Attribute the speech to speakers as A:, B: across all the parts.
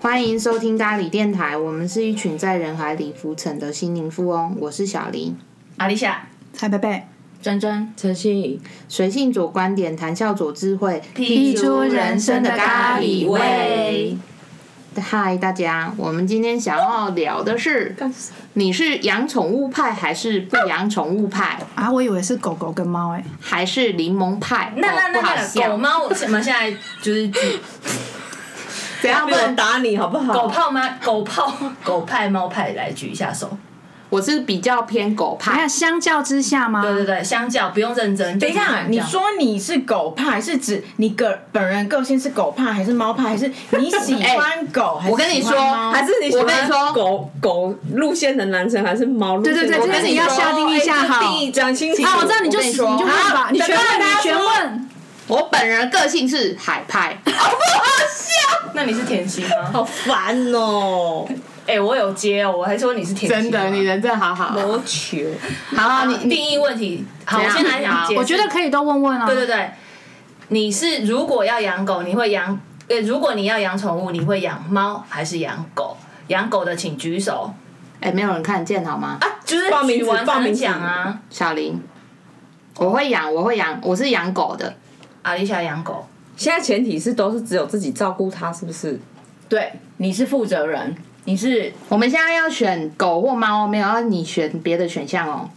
A: 欢迎收听咖喱电台，我们是一群在人海里浮沉的心灵富翁。我是小林，
B: 阿丽夏，
C: 蔡贝贝，
B: 珍珍，
D: 陈信宇，
A: 随性左观点，谈笑左智慧，
B: 辟
C: 出人生的咖喱味。
A: 嗨，大家，我们今天想要聊的是，你是养宠物派还是不养宠物派，
C: 啊，我以为是狗狗跟猫哎、
A: 还是柠檬派？
B: 那那
A: 哦
B: 那
A: 不好
B: 那
A: 笑
B: 个狗猫，我们现在就是举
A: 怎样
D: 不
A: 不能
D: 能打你好不
B: 狗
D: 好？
B: 泡吗？狗泡啊狗派猫派来举一下手。
A: 我是比较偏狗
C: 还
A: 派
C: 有，相较之下吗？
B: 对对对，相较不用认真。
E: 等一
B: 就是
E: 下，
B: 相较
E: 你说你是狗派，是指你个本人个性是狗派，还是猫派，还是你喜欢 狗？还是
A: 我跟你
E: 喜
A: 说
E: 欢猫
D: 还是你喜
A: 我跟你说
D: 欢狗狗路线的男生，还是猫路线的男
C: 对对对
D: 生？我跟
C: 这个你要下定义下好
D: 定义讲清楚。
C: 啊，我知道你就
A: 我跟你说
C: 你就问吧，你全问，你全问。
A: 我本人个性是海派。
B: 那你是甜心吗？
D: 好烦哦，
B: 哎，我有接哦，我还说你是甜
A: 真
B: 心吗。
A: 的，你人真好好。
D: 我求。
A: 好啊，你你
B: 定义问题，好，我
A: 怎样
B: 先来讲
A: 好
B: 解释。
C: 我觉得可以都问问啊。
B: 对对对，你是如果要养狗，你会养？呃，如果你要养宠物，你会养猫还是养狗？养狗的请举手
A: 哎，没有人看见好吗？
B: 啊，就是
D: 报名
B: 举
D: 字
B: 完
D: 报
B: 才
D: 名
B: 能
D: 字
B: 讲啊。
A: 小林，我会养，我会养，我是养狗的。
B: 阿丽莎养狗，
D: 现在前提是都是只有自己照顾它，是不是？
E: 对，你是负责人，你是
A: 我们现在要选狗或猫哦，没有要你选别的选项哦。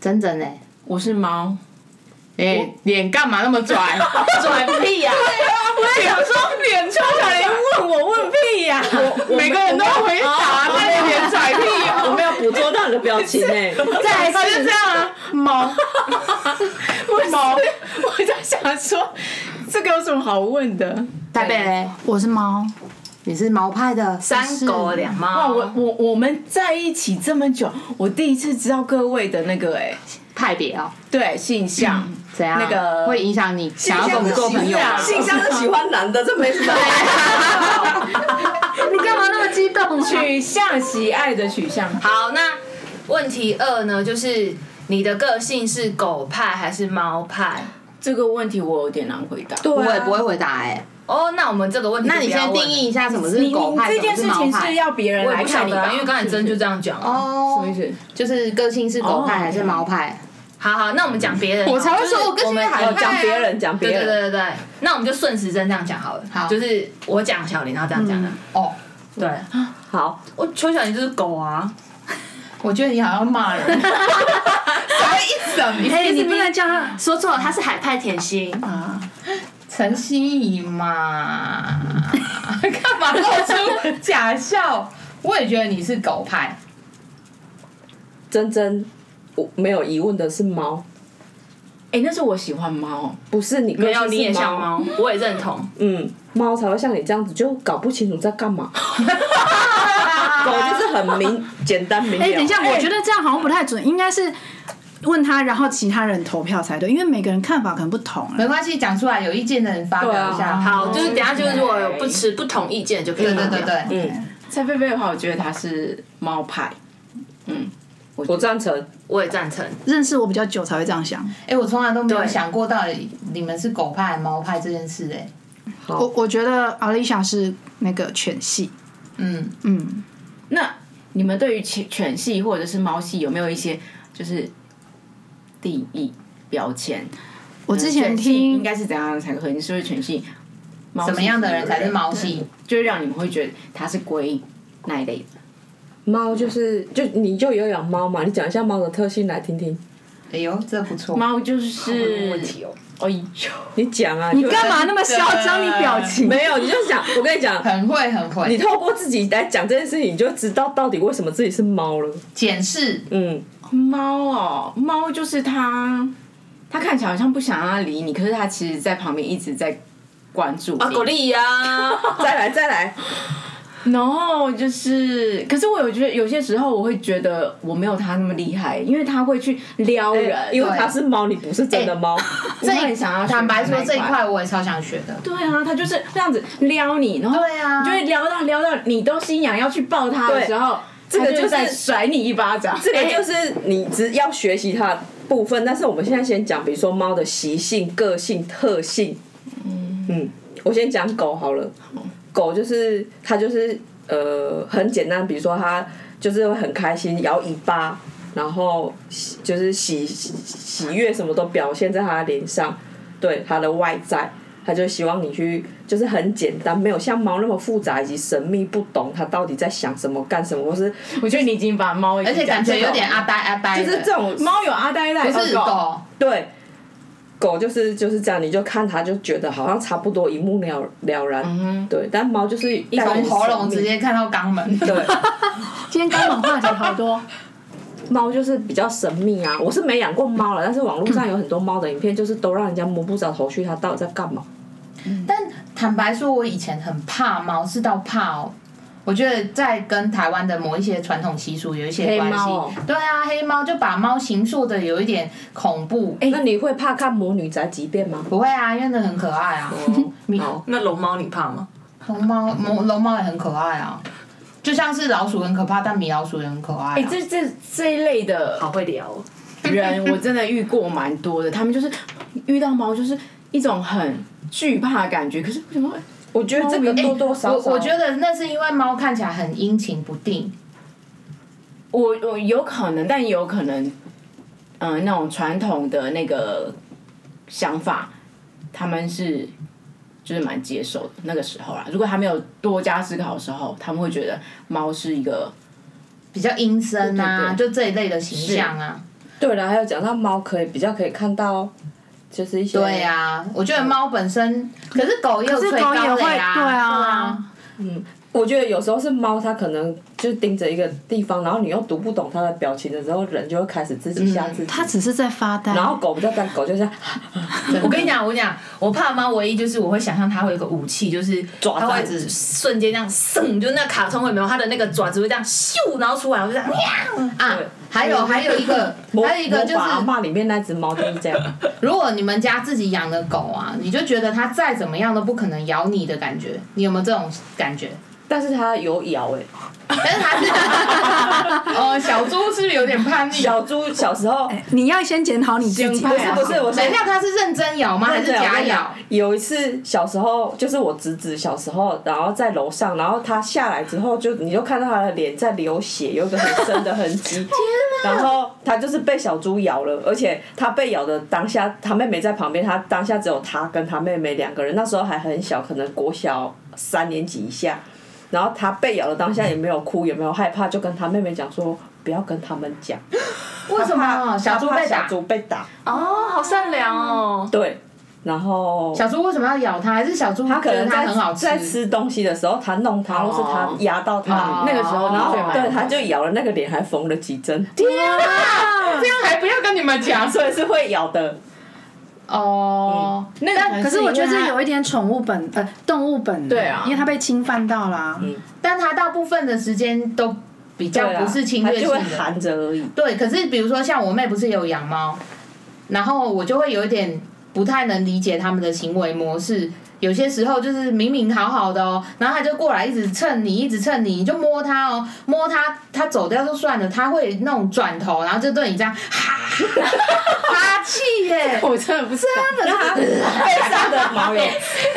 A: 真真呢？
E: 我是猫，
A: 哎，脸干嘛那么拽？ 啊
B: 拽屁呀！
D: 我也想说脸臭小林问我问屁呀、
A: 每个人都回答，那个脸拽屁哦。
D: 我没有捕捉到你的表 情哎、
A: 再来就这样啊，猫。
E: 猫。 我在想说，这个有什么好问的？
A: 台北嘞，
C: 我是猫，
A: 你是毛派的，
B: 三狗两猫，
E: 哇，哦啊我我我们在一起这么久，我第一次知道各位的那个哎、
A: 派别哦，
E: 对性向。
A: 怎样？
E: 那个
A: 会影响你想要跟我们做朋友吗？
D: 信箱是喜啊欢男的，这没 什么。
C: 你干嘛那么激 动啊？
E: 取向喜爱的取向，
B: 好，那问题二呢，就是你的个性是狗派还是猫派？
E: 这个问题我有点难回答。对，啊
A: 我也不会回答哎。
B: 哦，那我们这个问题就
A: 那
B: 不
A: 你
B: 要问了，
A: 先定义一下什么是
E: 你
A: 狗
E: 你
A: 派，
E: 这件
A: 什
E: 事
A: 么是
E: 情
A: 猫派
E: 是要别人
B: 我也
E: 来
B: 不晓
E: 看你
B: 得啊，
E: 吧？
B: 因为刚才真就这
E: 样，
B: 样讲啊了。
A: 哦
E: 什么意思？
A: 就是个性是狗派还是猫派？
B: 好好，那我们讲别人好了，
A: 我才会
B: 就是
A: 说我个性是海派、
D: 哦
A: 啊。
D: 讲别人，讲别
B: 对对
D: 人。
B: 对对对，那我们就顺时针这样讲好了。
A: 好
B: 就是我讲小林，然后这样讲的。啊
A: 哦，
B: 对，
D: 好，
B: 我邱小林就是狗 啊，
C: 我觉得你好像骂人。
A: 还会一整
C: 哎、 你不能叫他
B: 说错了，
A: 嗯
B: 他是海派甜心。
C: 啊。
A: 陈希怡嘛？ 干嘛露出假笑？我也觉得你是狗派，
D: 真真，我没有疑问的是猫，
E: 哎，那是我喜欢猫，
D: 不是你。
B: 没有，你也像
D: 像。
B: 猫， 我也认同。
D: 嗯，猫才会像你这样子，就搞不清楚在干嘛。狗就是很明简单明了。
C: 哎、等一下，我觉得这样好像不太准，应该是问他，然后其他人投票才对，因为每个人看法可能不同啊。
A: 没关系，讲出来有意见的人发表一
D: 对
A: 下。
D: 啊
B: 好，就是等一下就是如果有不持不同意见就可以
A: 对
B: 发
A: 嗯对
B: 表
A: 对。对，
D: 嗯，
E: 蔡菲菲的话，我觉得她是猫派。
D: 我赞成。
B: 我也赞成。
C: 认识我比较久才会这样想。
A: 哎，我从来都没有
B: 对
A: 想过到底你们是狗派还是猫派这件事，哎，
C: 我我觉得阿丽莎是那个犬系，
A: 嗯，
C: 嗯，
E: 那你们对于犬犬系或者是猫系有没有一些就是定义标签？
C: 我之前
E: 犬系应
C: 听
E: 该是怎样才可以？你是不是犬系？猫系
A: 什么样的人才是猫
E: 什么
A: 系？
E: 人？就是让你们会觉得它是归那一类的。
D: 猫就是就你就有养猫嘛，你讲一下猫的特性来听听。
A: 哎呦，这不错。
E: 猫就是
B: 问题哦，
E: 哎呦，
D: 你讲啊，
C: 你
D: 就
C: 干嘛那么嚣张？你表情
D: 没有，你就讲。我跟你讲，
A: 很会很
D: 你
A: 会，
D: 透过自己来讲这件事情，你就知道到底为什么自己是猫了。
A: 检视
D: 嗯，
E: 猫哦，猫就是它，它看起来好像不想要理你，可是它其实在旁边一直在关注你。
B: 啊，狗力呀，
D: 再来再来，
E: 然后就是，可是我有觉得有些时候我会觉得我没有它那么厉害，因为它会去撩人，
D: 因为它是猫，你不是真
C: 哎
D: 的猫。
E: 我很想要学
A: 坦白
E: 它那
A: 说这一
E: 块
A: 块我也超想学的。
E: 对啊，它就是这样子撩你，然后
A: 对啊
E: 你就会撩到撩到你都心痒要去抱它的时候，
D: 这
E: 他
D: 个就
E: 会再
D: 是
E: 甩你一巴掌。哎
D: 这个就是你只要学习它的部分，但是我们现在先讲，比如说猫的习性、个性、特性。嗯我先讲狗好了。狗就是它就是呃很简单，比如说它就是会很开心，摇尾巴，然后喜就是喜喜喜悦什么都表现在它的脸上，对它的外在。它就希望你去，就是很简单，没有像猫那么复杂以及神秘，不懂它到底在想什么、干什么，或是
E: 我觉得你已经把猫已经
A: 而且感觉有点阿呆阿呆
D: 就
A: 的，
D: 是这种
E: 猫有阿呆
A: 不
E: 带，
A: 是
E: 狗
A: 狗，
D: 对，狗就是就是这样，你就看它就觉得好像差不多一目了了然，对。但猫就是嗯一
A: 从喉咙直接看到肛 门。
D: 对，
C: 今天刚本话题好多，
D: 猫就是比较神秘啊。我是没养过猫了，但是网络上有很多猫的影片，就是都让人家摸不着头绪，它到底在干嘛。
A: 但坦白说，我以前很怕猫，是到怕哦。我觉得在跟台湾的某一些传统习俗有一些
D: 黑
A: 关系。
D: 猫哦
A: 对啊，黑猫就把猫形塑的有一点恐怖。哎
D: 那你会怕看《魔女宅急便》吗？
A: 不会啊，因为那很可爱啊。你
D: 好，
B: 那龙猫你怕吗？
A: 龙猫，龙龙猫也很可爱啊。就像是老鼠很可怕，但米老鼠也很可爱、啊。
E: 哎、这这这一类的
B: 好会聊哦，
E: 人，我真的遇过蛮多的。他们就是遇到猫，就是一种很惧怕的感觉。可是为什么？
D: 我觉得这个哎多多少少，
A: 我我觉得那是因为猫看起来很阴晴不定，
E: 我我有可能，但也有可能，嗯、那种传统的那个想法，他们是就是蛮接受的。那个时候啦，如果还没有多加思考的时候，他们会觉得猫是一个
A: 比较阴森啊，
E: 对对对
A: 就这一类的形象啊。
D: 对了，还有讲到猫可以比较可以看到，就是一些
A: 对呀、我觉得猫本身，可是狗也有
C: 是
A: 吹
C: 狗也
A: 高
C: 会
A: 的
C: 对
A: 呀、
C: 啊，
D: 我觉得有时候是猫，它可能就盯着一个地方，然后你又读不懂它的表情的时候，人就会开始自己吓自己。
C: 它只是在发呆。
D: 然后狗不知道干，狗 就像
B: 我跟你讲，我跟你讲，我怕猫唯一就是我会想象它会有个武器，就是
D: 爪子
B: 它会只瞬间这样嗖，就那卡通有没有？它的那个爪子会这样咻，然后出来，我就这样喵。
A: 啊，还有还有一个，
D: 魔
A: 还有一个就是
D: 魔，法阿嬷里面那只猫就是这样。
A: 如果你们家自己养的狗啊，你就觉得它再怎么样都不可能咬你的感觉，你有没有这种感觉？
D: 但是它有咬哎、
A: 但是它是，哦，小猪是不是有点叛逆？
D: 小猪小时候
A: 哎
C: 哎你要先检讨你自己，
D: 不是不是，我
A: 等
D: 想
A: 一下，它是认真咬吗？还是假咬？？
D: 有一次小时候，就是我侄子小时候，然后在楼上，然后他下来之后就，你就看到他的脸在流血，有一个很深的痕 迹。然后他就是被小猪咬了，而且他被咬的当下，他妹妹在旁边，他当下只有他跟他妹妹两个人，那时候还很小，可能国小三年级以下。然后他被咬的当下也没有哭，也没有害怕，就跟他妹妹讲说不要跟他们讲，
A: 为什么
D: 怕
A: 哦小猪
D: 他怕
A: 被
D: 小
A: 打？
D: 猪被打，
B: 哦，好善良哦。
D: 对，然后
A: 小猪为什么要咬它？还是小猪
D: 他可
A: 觉得
D: 能
A: 它
D: 在
A: 很好
D: 在吃东西的时候，他弄他，或是他压到他，
E: 哦那个时候
D: 然后
E: 最麻烦
D: 对他就咬了那个脸，还缝了几针，
A: 天啊，这样还不要跟你们讲
D: 所以是会咬的。
A: 哦。
E: 那个能
C: 可是我觉得
E: 因为它
C: 这有一点宠物本呃动物本能，
E: 对啊
C: 因为它被侵犯到啦、
A: 但它大部分的时间都比
D: 对
A: 较
D: 啊
A: 不是侵略
D: 他
A: 性
D: 就会
A: 的。
D: 含着而已。
A: 对，可是比如说像我妹不是有养猫，然后我就会有一点不太能理解他们的行为模式。有些时候就是明明好好的哦，然后它就过来一直蹭你，一直蹭你，你就摸它哦，摸它，它走掉就算了，它会那种转头，然后就对你这样哈哈气耶，
E: 我真的不知道。
D: 那他背上的毛有，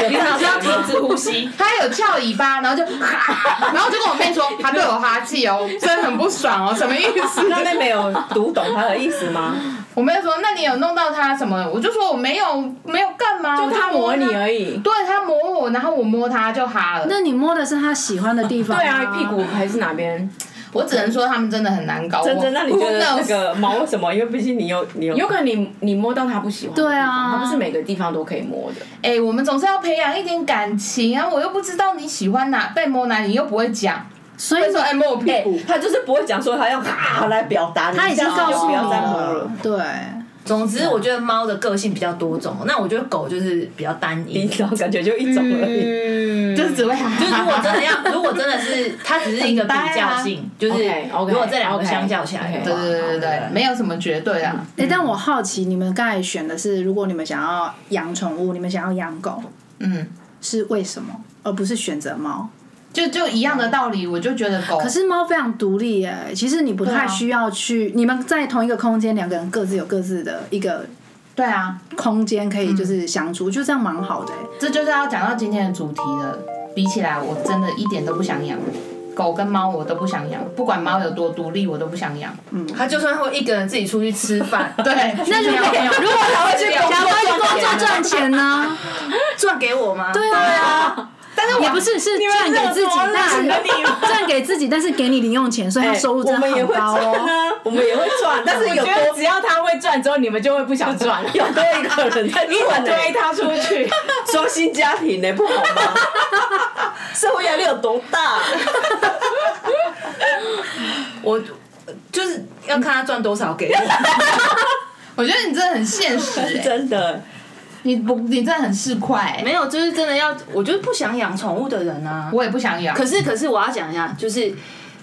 B: 你好像要停止呼吸。
A: 它有翘尾巴，然后就 哈，然后就跟我妹说它对我哈气哦，真的很不爽哦，什么意思？
D: 那妹妹有 读懂他的意思吗？
A: 我妹说：“那你有弄到他什么？”我就说：“我没有，没有干嘛，
E: 就它磨你
A: 已。
E: 而已。
A: 对他磨我，然后我摸他就哈了。
C: 那你摸的是它喜欢的地方、
E: 对啊，屁股还是哪边？
A: 我只能说他们真的很难搞。
D: 真
A: 我
D: 真，那你觉
A: Who
D: 得那
A: knows？
D: 个毛为什么？因为毕竟你有你有
E: 有可能你你摸到它不喜欢的地方，
C: 对啊
E: 它不是每个地方都可以摸的。
A: 哎、我们总是要培养一点感情啊！我又不知道你喜欢哪被摸哪里，你又不会讲，
C: 所以
A: 会说哎、摸我屁
D: 哎
A: 股。
D: 他就是不会讲说他用啊来表达，
C: 它已经告诉
D: 不
C: 你
D: 要再摸
C: 了
D: 了。，
C: 对，哎
B: 总之，我觉得猫的个性比较多种，那我觉得狗就是比较单一
D: 你。知道感觉就一种而已。
A: 嗯，就是只会哈哈哈
B: 就是如果真的要，如果真的是它只是一个比较性，就是
E: OK，OK，OK
B: 如果这两个相较起来的
A: 对
B: 话，
A: 对对对对，没有什么绝对啊。
C: 哎、但我好奇你们刚才选的是，如果你们想要养宠物，你们想要养狗
A: 嗯，
C: 是为什么，而不是选择猫？
A: 就就一样的道理，我就觉得狗
C: 可是猫非常独立耶，其实你不
A: 对
C: 太
A: 啊
C: 需要去，你们在同一个空间，两个人各自有各自的一个
A: 对啊，
C: 空间可以就是相处，就这样蛮好的耶。
A: 这就是要讲到今天的主题了。比起来，我真的一点都不想养狗跟猫，我都不想养，不管猫有多独立，我都不想养。
B: 他就算会一个人自己出去吃 饭，
A: 对，那
C: 那如果
A: 没有
C: 如果他会去
B: 工作
C: 想要去
B: 赚
C: 工
B: 钱
C: 作
B: 啊
C: 赚钱呢？
B: 赚给我吗？
C: 对啊，
A: 但是我
C: 也不是是赚给自己，但是赚给自己，但是给你零用钱，所以他收入真
D: 哎我
C: 的
D: 们也
C: 很
D: 会
C: 高
D: 赚
C: 哦。
D: 啊，我们也会 赚，但是有
E: 我觉得只要他会赚之后，你们就会不想 赚了，
D: 有多一个人在
E: 一会
D: 赚呢、
E: 推他出 去。
D: 双薪家庭呢、不好吗？社会压力有多大？
B: 我就是要看他赚多少给 我。
A: 我觉得你真的很现实、欸，
D: 真的，
A: 你不你真的很市侩、欸，
B: 没有，就是真的要，我就是不想养宠物的人啊。
A: 我也不想养。
B: 可是，可是我要讲一下，就是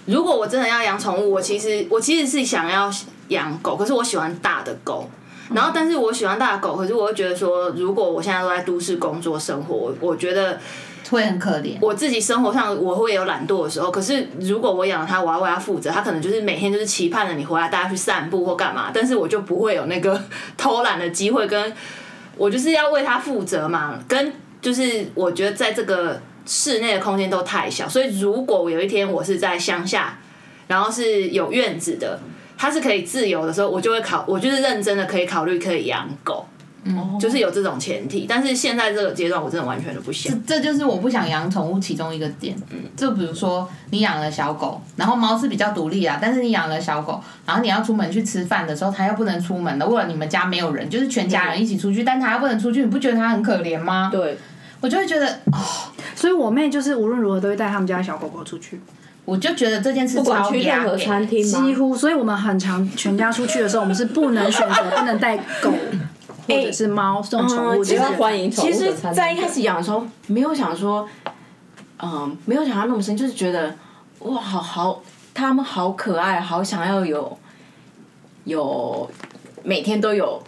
B: 如果我真的要养宠物，我其实我其实是想要养狗，可是我喜欢大的狗。然后，但是我喜欢大的狗，可是我又觉得说，如果我现在都在都市工作生活，我我觉得
A: 会很可怜。
B: 我自己生活上我会有懒惰的时候。可是如果我养了它，我要为它负责，它可能就是每天就是期盼着你回来带它去散步或干嘛，但是我就不会有那个偷懒的机会跟我就是要为他负责嘛，跟就是我觉得在这个室内的空间都太小，所以如果我有一天我是在乡下，然后是有院子的，它是可以自由的时候，我就会考，我就是认真的可以考虑可以养狗，嗯，就是有这种前提。但是现在这个阶段，我真的完全都不想。
A: 这就是我不想养宠物其中一个点。就比如说你养了小狗，然后猫是比较独立啊，但是你养了小狗，然后你要出门去吃饭的时候，它又不能出门了，为了你们家没有人，就是全家人一起出去，但它又不能出去，你不觉得它很可怜吗？
D: 对，
A: 我就会觉得，哦
C: 所以我妹就是无论如何都会带他们家的小狗狗出去，
A: 我就觉得这件事
D: 不管
A: 超
D: 去任
A: 压
D: 何
A: 给
D: 餐厅
C: 几
D: 吗？
C: 乎。所以我们很常全家出去的时候，我们是不能选择 不能带狗
D: 哎
C: 或者是猫送宠物进
E: 嗯其
D: 只
E: 实
C: 去
D: 要。欢迎宠物
E: 其
D: 的
E: 实，
D: 餐厅
E: 在一开始养的时候，没有想说，嗯，没有想要那么深，就是觉得哇，好好，他们好可爱，好想要有有每天都有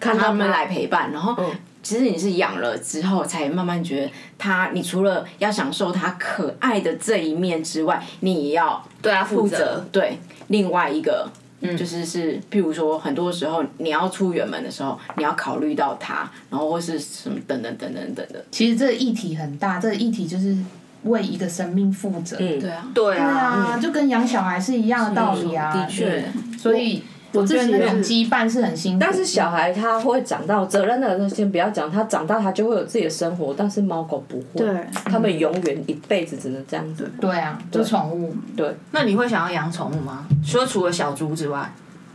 E: 看他嗯们来陪伴，然后。其实你是养了之后，才慢慢觉得它，你除了要享受它可爱的这一面之外，你也要
B: 对啊，
E: 负
B: 负
E: 责
B: 责。
E: 嗯对另外一个，就是是，譬如说，很多时候你要出远门的时候，你要考虑到他，然后或是什么等等等等等等。
A: 其实这个议题很大，这个议题就是为一个生命负责。
D: 嗯
E: 对啊，
B: 对
A: 对
B: 啊，
A: 啊，就跟养小孩是一样的道理啊。
E: 的确，
A: 所以我
C: 自
A: 觉
C: 己
A: 得那
C: 也
A: 种
C: 是
A: 羁绊是很辛苦的。
D: 但是小孩他会长大，责任的先不要讲，他长大他就会有自己的生活，但是猫狗不会，
C: 对
D: 他们永远一辈子只能这样子。
A: 对啊，就宠物。
B: 那你会想要养宠物吗？说除了小猪之外，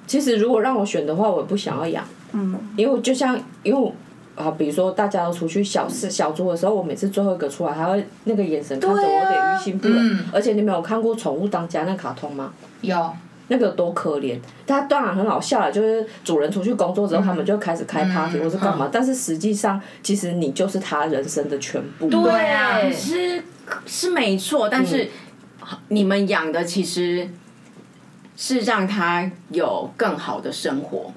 D: 其实如果让我选的话，我也不想要养，
C: 嗯，
D: 因为就像因为我啊，比如说大家都出去小事小猪的时候，我每次最后一个出来，还会那个眼神看着我，有点于心不忍。
A: 嗯
D: 而且你们有看过《宠物当家》那卡通吗？
A: 有，
D: 那个有多可怜，它当然很好笑了，就是主人出去工作之后，他们就开始开 party 或是干嘛，但是实际上，其实你就是他人生的全部。
B: 对啊
E: 是是没错，但是你们养的其实是让他有更好的生活。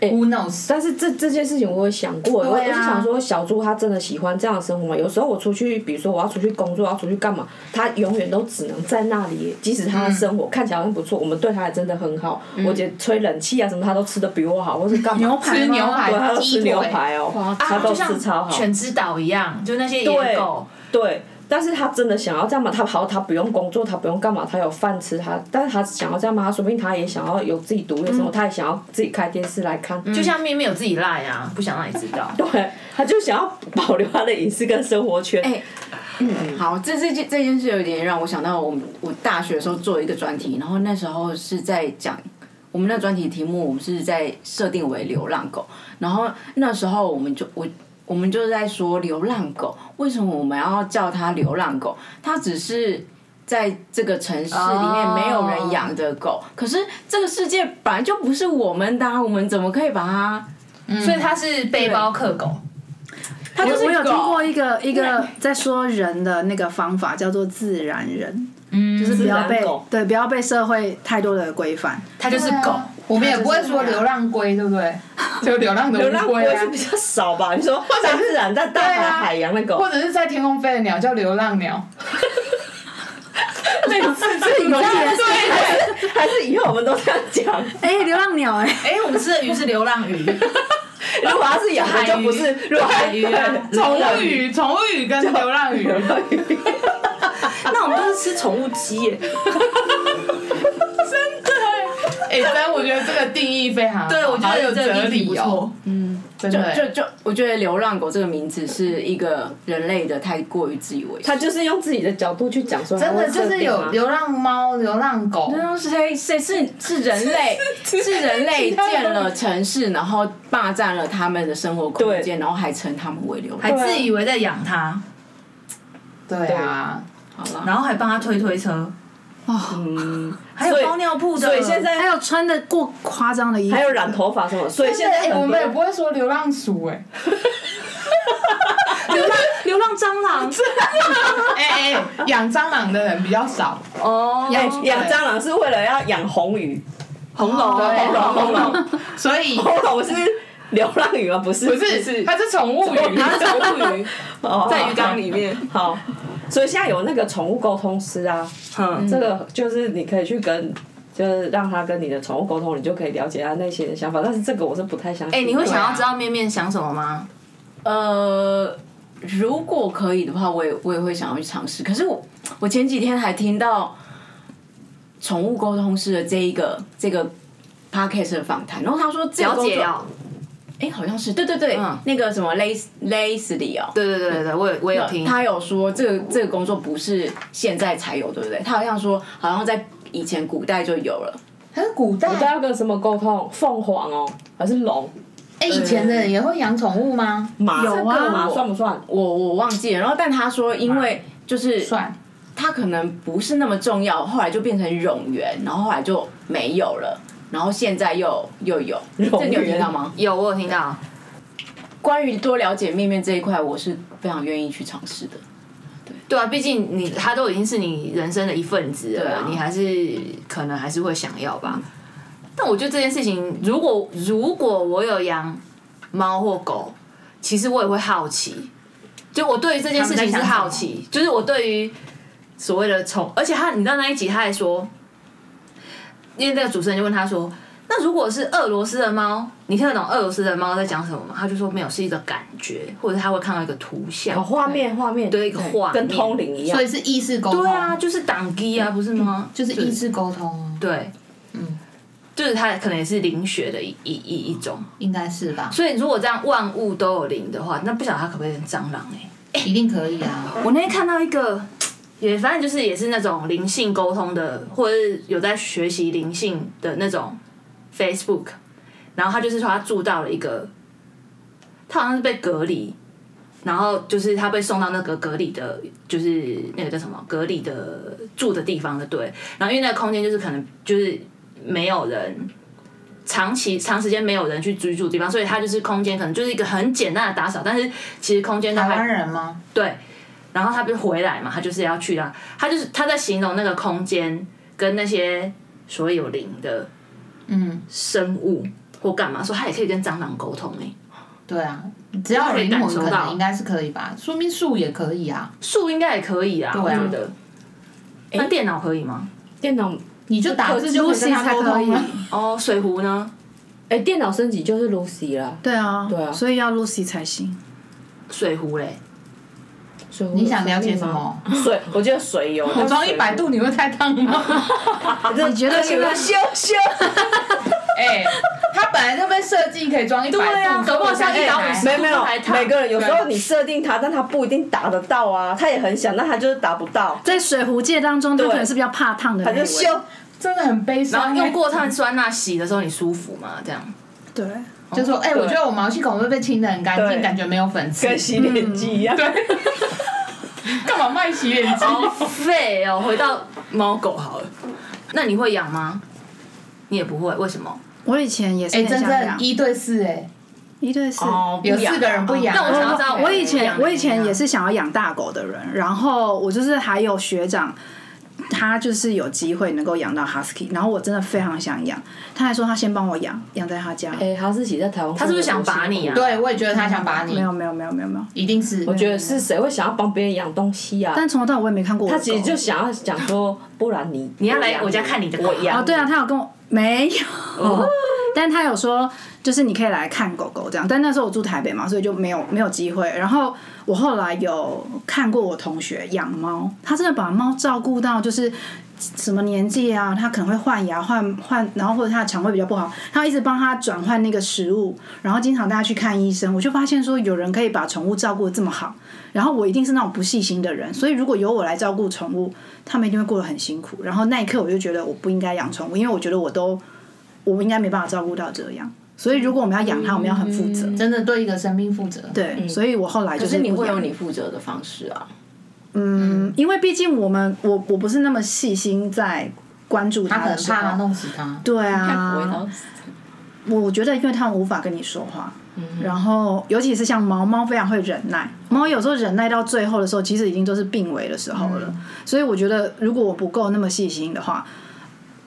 A: Who knows？
D: 但是这这件事情我有想过，我我
A: 对
D: 就
A: 啊
D: 想说，小猪它真的喜欢这样的生活吗？有时候我出去，比如说我要出去工作，要出去干嘛，它永远都只能在那里耶。即使它的生活看起来好像不错，我们对它也真的很好。我姐吹冷气啊什么，它都吃的比我好，或是干嘛？
C: 牛排
A: 吃
C: 吗
A: 牛排
D: 对，它都
A: 鸡
D: 吃
A: 腿
D: 牛排哦，它都
B: 啊就
D: 吃超
B: 像
D: 好。
B: 犬之岛一样，就那些野
D: 对
B: 狗，
D: 对，但是他真的想要这样嘛？他好，他不用工作，他不用干嘛，他有饭吃，他但是他想要这样嘛？他说不定他也想要有自己独立的生活，他也想要自己开电视来看。
B: 就像面面有自己赖啊，不想让你知道。
D: 对，他就想要保留他的隐私跟生活圈。
E: 哎好，这这件这件事有点让我想到我们我大学的时候做一个专题，然后那时候是在讲我们那专题题目，我们是在设定为流浪狗，然后那时候我们就我我们就在说流浪狗为什么我们要叫它流浪狗？它只是在这个城市里面
B: 哦
E: 没有人养的狗，可是这个世界本来就不是我们的、啊，我们怎么可以把它？
B: 所以它是背包客狗，
E: 它就是
C: 我有
E: 狗
C: 听过一个一个在说人的那个方法，叫做自然人，嗯，就是不要
D: 自
C: 被
D: 然狗
C: 对不要被社会太多的规范。
B: 它就是狗。
A: 我们也不会说流浪龟，对不对？啊 就流浪的
D: 流浪
A: 乌
D: 龟
A: 龟啊
D: 是，比较少吧？你说大自然在大海
A: 对啊
D: 海洋那狗，
A: 或者是在天空飞的鸟叫流浪鸟。
D: 这个是这个有点对，还是以后我们都这样讲。
C: 哎、流浪鸟哎、
F: 哎，我们吃的鱼是流浪鱼，
D: 如果它是养的，就不是如果
F: 海鱼啊，宠物鱼，宠物鱼跟流浪鱼，
B: 那我们都是吃宠物鸡耶。
A: 哎，但我觉得这个定义非常好
F: 对我觉
A: 好
F: 得
A: 有
F: 这个
A: 哲
F: 例子不
A: 理哦，
F: 错。
A: 真
E: 就
A: 的
E: 就就，我觉得“流浪狗”这个名字是一个人类的太过于自以为是。
D: 他就是用自己的角度去讲说，
A: 真的就
D: 它会设
A: 是
D: 定啊
A: 有流浪猫、流浪狗，
E: 那啊是谁谁是是人 类是人类建了城市，然后霸占了他们的生活空间，然后还称他们为流
F: 还
E: 浪。
F: 自以为在养它，
A: 对啊，
E: 好了，
F: 然后还帮它推推车，
C: 哦，
B: 嗯
F: 还有
D: 所以
F: 包尿布的。
D: 所以现在
C: 哎还有穿的过夸张的衣服，
D: 还有染头发什么，所以现在
A: 哎，我
D: 很
A: 们也
D: 多
A: 不会说流浪鼠哎，
B: 流浪蟑 螂，
A: 哎哎，养蟑螂的人比较少，
B: 哦，
A: 养
D: 哎养蟑螂是为了要养红鱼，
B: 红楼，
D: 红龙 红龙
A: 所以
D: 红龙是流浪鱼吗？不是
A: 不哦是它是宠物鱼，
B: 它是宠物鱼，
D: 哦
B: 在鱼缸里面。
D: 好，所 以现在有那个宠物沟通师啊，
B: 嗯，
D: 这个就是你可以去跟。就是让他跟你的宠物沟通，你就可以了解他内心的想法。但是这个我是不太相信。
B: 哎，你会想要知道面面想什么吗？
E: 呃，如果可以的话，我也我也会想要去尝试。可是我我前几天还听到宠物沟通师的这一个这个 podcast 的访谈，然后他说这个
B: 了
E: 工
B: 解
E: 作，
B: 哦。
E: 哎、好像是对对对，
B: 嗯
E: 那个什么 Lace Lace 里哦，
B: 对对对对对，我有我有听。
E: 他有说这个这个工作不是现在才有，对不对？他好像说好像在以前古代就有了，
A: 它是古代
D: 你知道要跟什么沟通？凤凰哦，还是龙？
A: 哎，以前的人也会养宠物吗？
D: 马
C: 有啊
D: 这个马算不算？
E: 我我忘记了。然后但他说因为就是
A: 算，
E: 他可能不是那么重要，后来就变成冗员，然后后来就没有了。然后现在又又有，这你有听到吗？
B: 有，我有听到。
E: 关于多了解面面这一块，我是非常愿意去尝试的。
B: 对啊，毕竟你他都已经是你人生的一份子
E: 对
B: 了，
E: 啊嗯
B: 你还是可能还是会想要吧。但我觉得这件事情，如果如果我有养猫或狗，其实我也会好奇，就我对于这件事情是好奇，就是我对于所谓的宠，而且他你知道那一集他还说，因为那个主持人就问他说。那如果是俄罗斯的猫，你听得懂俄罗斯的猫在讲什么吗？他就说没有，是一个感觉，或者他会看到一个图像
D: 有，
E: 哦
D: 画面，画面
B: 对一个画面
D: 跟通灵一样
A: 所。以是意识沟通，
B: 对啊，，就是党基啊，不是吗？
A: 嗯就是意识沟通啊，
B: 对，嗯，就是它可能也是灵学的一一一一种。
A: 应该是吧？
B: 所以如果这样万物都有灵的话，那不晓得它可不可以变蟑螂哎、
A: 一定可以啊，
B: 我那天看到一个，也反正就是也是那种灵性沟通的，或者是有在学习灵性的那种 Facebook，然后他就是说他住到了一个，他好像是被隔离，然后就是他被送到那个隔离的，就是那个叫什么隔离的住的地方的对，然后因为那个空间就是可能就是没有人。长期长时间没有人去居住的地方，所以他就是空间可能就是一个很简单的打扫，但是其实空间它
A: 台
B: 还
A: 湾人吗？
B: 对，然后他不是回来嘛，他就是要去啦，他就是他在形容那个空间跟那些所有灵的
A: 嗯，
B: 生物或干嘛，说他也可以跟蟑螂沟通欸诶、
A: 对啊，只要有灵
B: 感
A: 魂
B: 受
A: 可
B: 到
A: 能应该是可以吧，说明树也可以啊，
B: 树应该也可以啊，
A: 对啊
B: 我觉得。那电脑可以吗？
D: 电脑
A: 你就打字就可以跟他沟通啊了。
B: 哦，水壶呢？
D: 哎、电脑升级就是 Lucy 啦，
C: 对啊，
D: 对啊
C: 所以要 Lucy 才行。
B: 水壶嘞？
D: 所以
A: 你想了解什么？
D: 水，我觉得水有。
A: 我
D: 我
A: 装一百，度你会太烫吗？
C: 你觉得现在
D: 羞羞？
A: 哎、它本来就被设计可以装一百度，
B: 搞不好像一刀
A: 哎
B: 五十
D: 哎没有没有
B: 还，烫
D: 每个人有时候你设定它，但它不一定打得到啊。它也很想，但它就是打不到，
C: 在水壶界当中，他
D: 对
C: 可能是比较怕烫的那
D: 它
C: 一位
D: 就羞。
A: 真的很悲
B: 然后
A: 伤、
B: 用过碳酸钠洗的时候你舒服吗？这样
C: 对，
A: 就说，哎、我觉得我毛细孔会被清的很干净，
D: 对
A: 感觉没有粉刺。
D: 跟洗脸机一
B: 嗯
D: 样。对，
A: 干嘛卖洗脸机？
B: 好废哦。回到猫狗好了，那你会养吗？你也不会，为什么？
C: 我以前也是
A: 哎、
C: 很
A: 真
C: 想
A: 正
C: 养
A: 一对四、哎，
C: 一对四。
E: 哦，
A: 有四个人不哦养。
B: 但我想要知道，
C: 我以前
A: 啊
B: 养
C: 我以前
B: 怎样
C: 也是想要养大狗的人，然后我就是还有学长，他就是有机会能够养到 husky，然后我真的非常想养，他还说他先帮我养，养在他家。
E: 哎，哈士奇在台湾，他
B: 是不是想把你啊？？
A: 对，我也觉得他想把
C: 没
A: 你，
C: 有没有没有没有没有，
A: 一定是。
D: 我觉得是谁会想要帮别人养东西啊？
C: 但从头到尾我也没看过我的
D: 他
C: 狗。
D: 其实就想要讲说，不然你
B: 你要来
D: 养
B: 我家看你的狗
D: 我养
C: 哦，
D: 你
C: 对啊，他有跟我没有，
D: 哦
C: 但他有说就是你可以来看狗狗这样，但那时候我住台北嘛，所以就没有没有机会。然后我后来有看过我同学养猫，他真的把猫照顾到就是。什么年纪啊？他可能会换牙、换换，然后或者他的肠胃比较不好，他会一直帮他转换那个食物，然后经常带他去看医生。我就发现说，有人可以把宠物照顾的这么好，然后我一定是那种不细心的人，所以如果由我来照顾宠物，他们一定会过得很辛苦。然后那一刻我就觉得我不应该养宠物，因为我觉得我都我应该没办法照顾到这样。所以如果我们要养它，我们要很负
E: 嗯
C: 责。
A: 真的对一个生命负责。对，
C: 对，所以我后来就
E: 可是你
C: 不
E: 会
C: 养
E: 有你负责的方式啊。
C: 嗯，因为毕竟我们我我不是那么细心在关注
A: 他
C: 它的
A: 很
C: 时
A: 怕
C: 候，
A: 弄死他。
C: 对
E: 不会
C: 啊
E: 到，
C: 我觉得因为他们无法跟你说话，然后尤其是像猫，猫非常会忍耐，猫有时候忍耐到最后的时候，其实已经都是病危的时候了。所以我觉得，如果我不够那么细心的话，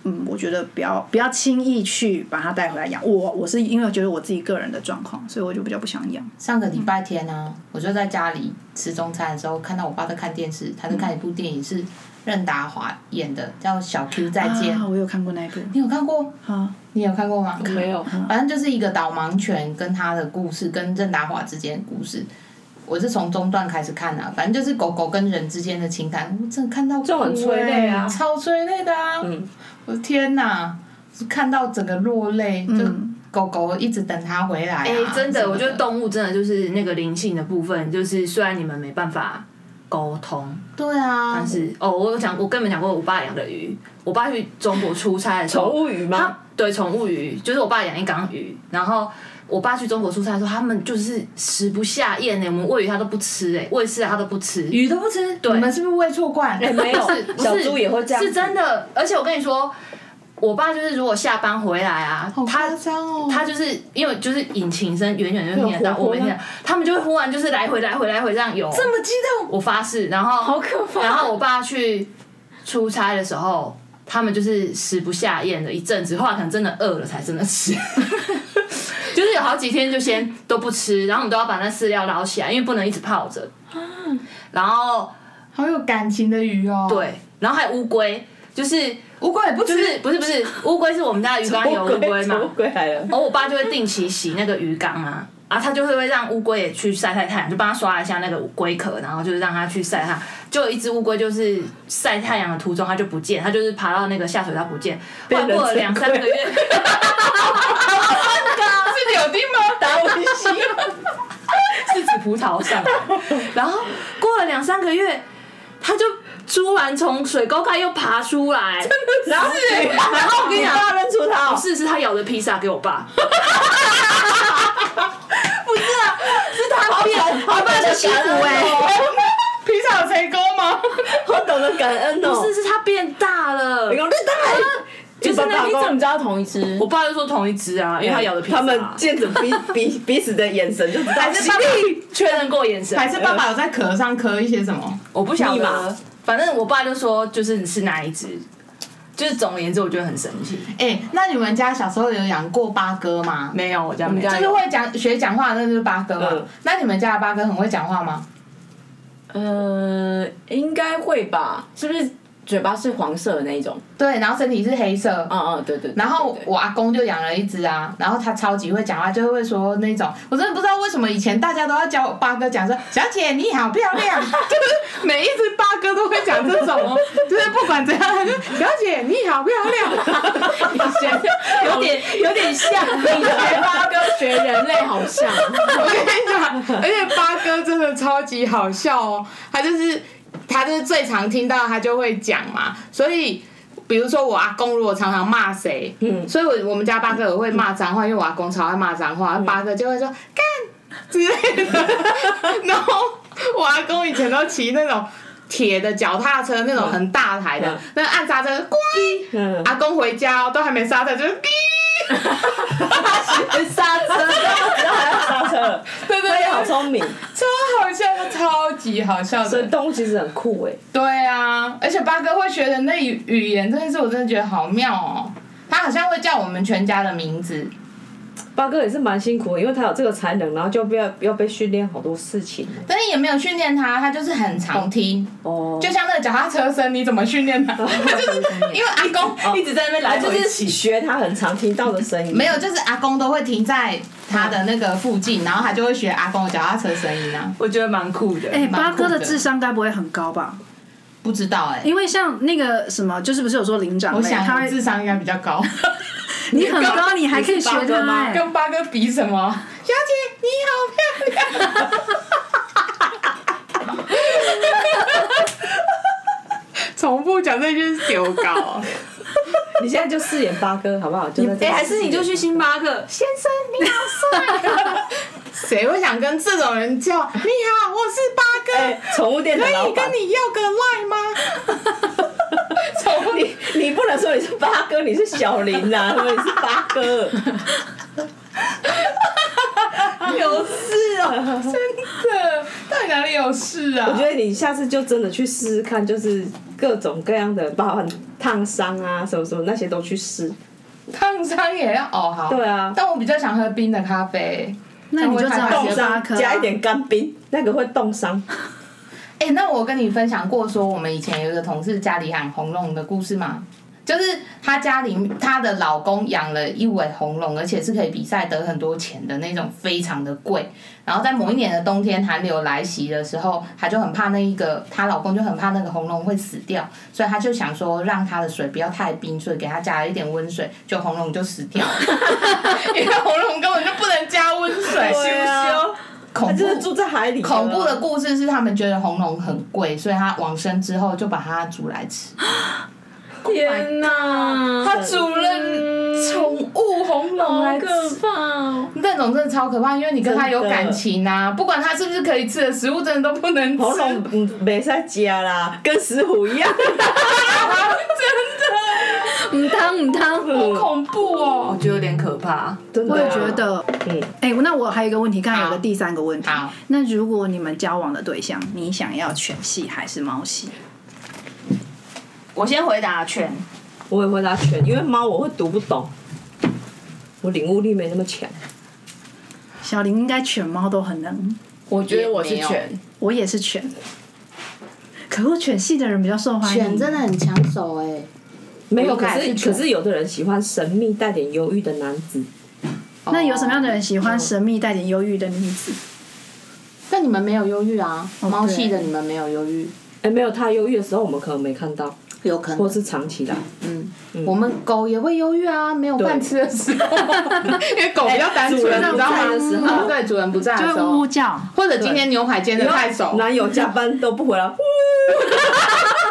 C: 嗯，我觉得不要不要轻易去把它带回来养。我我是因为觉得我自己个人的状况，所以我就比较不想养。
A: 上个礼拜天呢、我就在家里吃中餐的时候，看到我爸在看电视，他在看一部电影是任达华演的，叫《小 Q 再见》
C: 啊，。我有看过那一部
A: 你有看过？
C: 啊，
A: 你有看过吗？
E: 没 有，
A: 反正就是一个导盲犬跟他的故事，跟任达华之间的故事。我是从中段开始看的、啊，反正就是狗狗跟人之间的情感，我真的看到这
D: 种很催泪啊
A: 超催泪的啊！
B: 嗯
A: 我的天哪，是看到整个落泪，就狗狗一直等他回来、啊。
B: 哎、真
A: 什
B: 的，
A: 么
B: 我觉得动物真的就是那个灵性的部分，就是虽然你们没办法沟通，
D: 嗯
A: 对啊，
B: 但是哦，我有讲，我跟你们讲过我爸养的鱼，我爸去中国出差的时候，
D: 宠物鱼
B: 他
D: 吗？
B: 对宠物鱼，就是我爸养一缸鱼，然后我爸去中国出差的时候，他们就是食不下咽呢、我们喂鱼他都不吃哎、喂饲料他都不吃，
A: 鱼都不吃，
B: 对哎
A: 你们是不是喂错罐？
D: 没有
B: 是，不
D: 啊小
B: 是
D: 猪也会这样子，
B: 是真的。而且我跟你说，我爸就是如果下班回来啊，他
A: 夸张哦！
B: 他就是因为就是引擎声远远就听得到，
D: 活泼
B: 我们听得到，他们就会忽然就是来回来回来回这样游。
A: 这么激动，
B: 我发誓，然后好
E: 可怕
B: 然后我爸去出差的时候，他们就是食不下咽的一阵子，后来可能真的饿了才真的吃。就是有好几天就先都不吃，然后我们都要把那饲料捞起来，因为不能一直泡着。然后
A: 好有感情的鱼哦。，
B: 对，然后还有乌龟，就是
A: 乌龟也不吃，
B: 就是不是不是乌龟是我们家的鱼缸有乌龟嘛，
D: 乌龟来了，
B: 然后我爸就会定期洗那个鱼缸啊，啊，他就会会让乌龟也去晒晒太阳，就帮他刷一下那个龟壳，然后就是让它去晒它。就有一只乌龟就是晒太阳的途中它就不见，它就是爬到那个下水道不见，后来过了两三个月，
A: 是柳丁吗？
B: 达文西， 是指葡萄上来。然后过了两三个月，它就突然从水沟盖又爬出来，然 后然后我跟你讲，
D: 爸认出他
B: 不
D: 哦，
B: 是，是他咬的披萨给我爸。不是啊，是他变，他爸是西服哎、
A: 披萨有谁勾吗？
D: 我懂得感恩哦。
B: 不是，是他变大了
D: 你。讲对对，
E: 就是
D: 爸
E: 那
D: 爸
E: 你怎么知道同一只
B: 我？爸就说同一只啊，因为他咬的披萨。
D: 他们见着彼彼彼此的眼神就知道，
B: 还是爸爸确认过眼 神，
A: 还是爸爸有在壳上刻一些什么？
B: 我不晓
D: 密
B: 得
D: 码。
B: 反正我爸就说，就是是哪一只。就是总而言之，我觉得很神奇。
A: 哎、那你们家小时候有养过八哥吗？
B: 没有，我家没有
E: 我
A: 就
E: 们家
A: 是会讲学讲话的，那就是八哥嘛。
D: 嗯
A: 那你们家的八哥很会讲话吗？
E: 呃，应该会吧？是不是嘴巴是黄色的那一种？
A: 对，然后身体是黑色。
E: 嗯嗯，对对。对
A: 然后
E: 对对
A: 我阿公就养了一只啊，然后他超级会讲话，就会说那种，我真的不知道为什么以前大家都要教我八哥讲说“小姐你好漂 亮”，就是每一只八哥都会讲这种哦，就是不管怎样，他就“小姐你好漂亮
E: 有点有点像，你学八哥学人类好像。”。
A: 我跟你讲，而且八哥真的超级好笑哦，他就是他就是最常听到他就会讲嘛，所以。比如说我阿公如果常常骂谁，嗯，所以我我们家八哥也会骂脏话，因为我阿公超爱骂脏话，八哥就会说干之类的。 然后我阿公以前都骑那种铁的脚踏车，那种很大台的，那按刹车，乖。阿公回家哦、都还没刹车，就是滴。
D: 刹车，然后还要刹 车了，
F: 对对
A: 哎
D: 他也好
F: 对，
D: 聪明，
F: 超好笑，他超级好笑
D: 所以
F: 的。
D: 动物其实很酷哎。
A: 对啊，而且八哥会学人的语语言，真的是我真的觉得好妙哦。他好像会叫我们全家的名字，
D: 八哥也是蛮辛苦的，因为他有这个才能，然后就不要要被训练好多事情。
A: 但是也没有训练他，他就是很常听，
D: 哦，
A: 就像那个脚踏车声，你怎么训练他？他 就是因为阿
C: 哦
A: 公一直在那边来
D: 他
A: 回
D: 就
A: 去，
D: 是学他很常听到的声 音。
A: 没有，就是阿公都会停在他的那个附近，然后他就会学阿公的脚踏车声音啊。
F: 我觉得蛮酷的。
C: 哎、八哥
A: 蛮
C: 的
A: 酷的
C: 智商该不会很高吧？
A: 不知道哎、
C: 因为像那个什么，就是不是有说灵长类，
A: 我想
C: 他
A: 我
C: 会
A: 智商应该比较高。
C: 你很高，你还可以学
D: 你是八哥
C: 他、
D: 吗
C: 哎，
A: 跟八哥比什么？ 小姐你好漂亮。
F: 重复讲这句是丢
A: 哦
F: 高，
D: 你现在就饰演八哥好不好？就在这
B: 哎、
D: 里
B: 还是你就去星巴克，
A: 先生你好帅。 谁会想跟这种人叫？你好，我是八哥，
D: 哎宠物店的
A: 可
D: 老
A: 以跟
D: 板。
A: 你要个赖吗？宠物
D: 你你不能说你是八哥，你是小林呐、啊，你是八哥，
A: 有事哦，真的， 到底哪里有事
D: 我觉
A: 啊？
D: 得你下次就真的去试试看，就是各种各样的，包含烫伤啊，什么什么那些都去试。
A: 烫伤也要哦，好。
D: 对啊
A: 但我比较想喝冰的咖啡。
C: 那你就只好
D: 冻
C: 学八
D: 伤
C: 哥、
D: 加一。点干冰，那个会冻伤。
A: 哎、那我跟你分享过说，我们以前有一个同事家里养红龙的故事吗？就是她家里她的老公养了一尾红龙，而且是可以比赛得很多钱的那种，非常的贵。然后在某一年的冬天寒流来袭的时候，她就很怕那一个她老公就很怕那个红龙会死掉，所以她就想说让她的水不要太冰，所以给她加了一点温水，就红龙就死掉了， 因为红龙根本就不能加温水，
D: 对啊
A: 羞不羞？恐
D: 他
A: 怖
D: 就是住在海
E: 啊
D: 里、啊
A: 恐怖的。故事是他们觉得红龙很贵，所以他往生之后就把它煮来吃。
E: 天哪，
A: 他煮了宠物红龙来
E: 好
A: 吃，
E: 可怕哦！
A: 那种真的超可怕，因为你跟他有感情啊，不管他是不是可以吃的食物，真的都不能吃。
D: 喉咙嗯没在加啦，跟石虎一样。
C: 嗯汤嗯汤，
A: 好
D: 啊
A: 恐怖
B: 我
A: 哦！
B: 觉得有点可怕。
D: 真的、
C: 我也觉。得。
D: 嗯，
C: 哎、那我还有一个问题，刚才有个
A: 好
C: 第三个问题
A: 好。
C: 那如果你们交往的对象，你想要犬系还是猫系？
B: 我先回答全，
D: 我也回答犬，因为猫我会读不懂，我领悟力没那么强。
C: 小林应该犬猫都很能，
E: 我觉得我
A: 也
E: 是
A: 没有
E: 犬，
C: 我也是犬。可恶，犬系的人比较受欢迎。
A: 的很抢手哎，
D: 没有，
A: 我
D: 可
A: 大概
D: 是
A: 是犬
D: 可是有的人喜欢神秘带点忧郁的男子，
C: 那有什么样的人喜欢神秘带点忧郁的女子？
A: 但你们没有忧郁啊，猫
C: 系的
A: 你们没有忧郁，
D: 哎，没有他忧郁的时候，我们可能没看到，
A: 有可
D: 或是藏起来。
A: 嗯，我们狗也会忧郁啊，没有饭吃的时候， 哎因为狗比较单纯，
D: 主人
A: 你知道吗？
D: 不在的时候
A: 嗯对，主人不在
C: 哦就
A: 的时
C: 会呜
A: 候
C: 呜，叫。
A: 或者今天牛排煎的太熟，
D: 男友加班都不回来，呜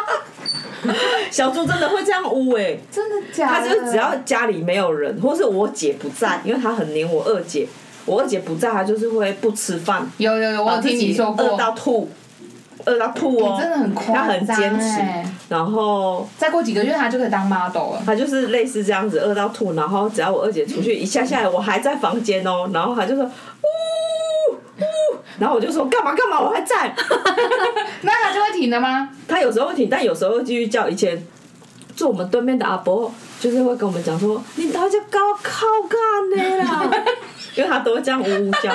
D: 小猪真的会这样呜哎、
A: 真的假
D: 他
A: 的？
D: 就是只要家里没有人，或是我姐不在，因为他很黏我二姐，我二姐不在，他就是会不吃饭，
A: 有有有，我有听你说
D: 哦饿
A: 过，
D: 到吐，饿到吐哦，
A: 你真的很
D: 他
A: 夸
D: 很
A: 张
D: 坚持
A: 哎，
D: 然后
A: 再过几个月它就可以当 model 了。
D: 他就是类似这样子饿到吐，然后只要我二姐出去一下下来，我还在房间哦，然后他就说呜呜，然后我就说干嘛干嘛，我还在。
A: 那它就会停了吗？
D: 他有时候会停，但有时候会继续叫。以前坐我们对面的阿伯就是会跟我们讲说：“你到底搞靠干的啦？” 因为他都会这样呜呜叫，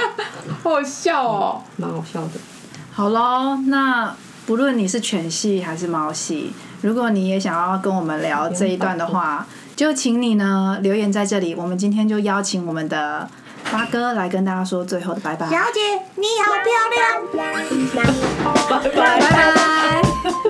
A: 好好笑哦！
D: 蛮好笑的。
C: 好喽，那不论你是犬系还是猫系，如果你也想要跟我们聊这一段的话，就请你呢留言在这里。我们今天就邀请我们的八哥来跟大家说最后的拜拜，
G: 小姐，你好漂亮。
D: 拜拜。
C: 拜拜。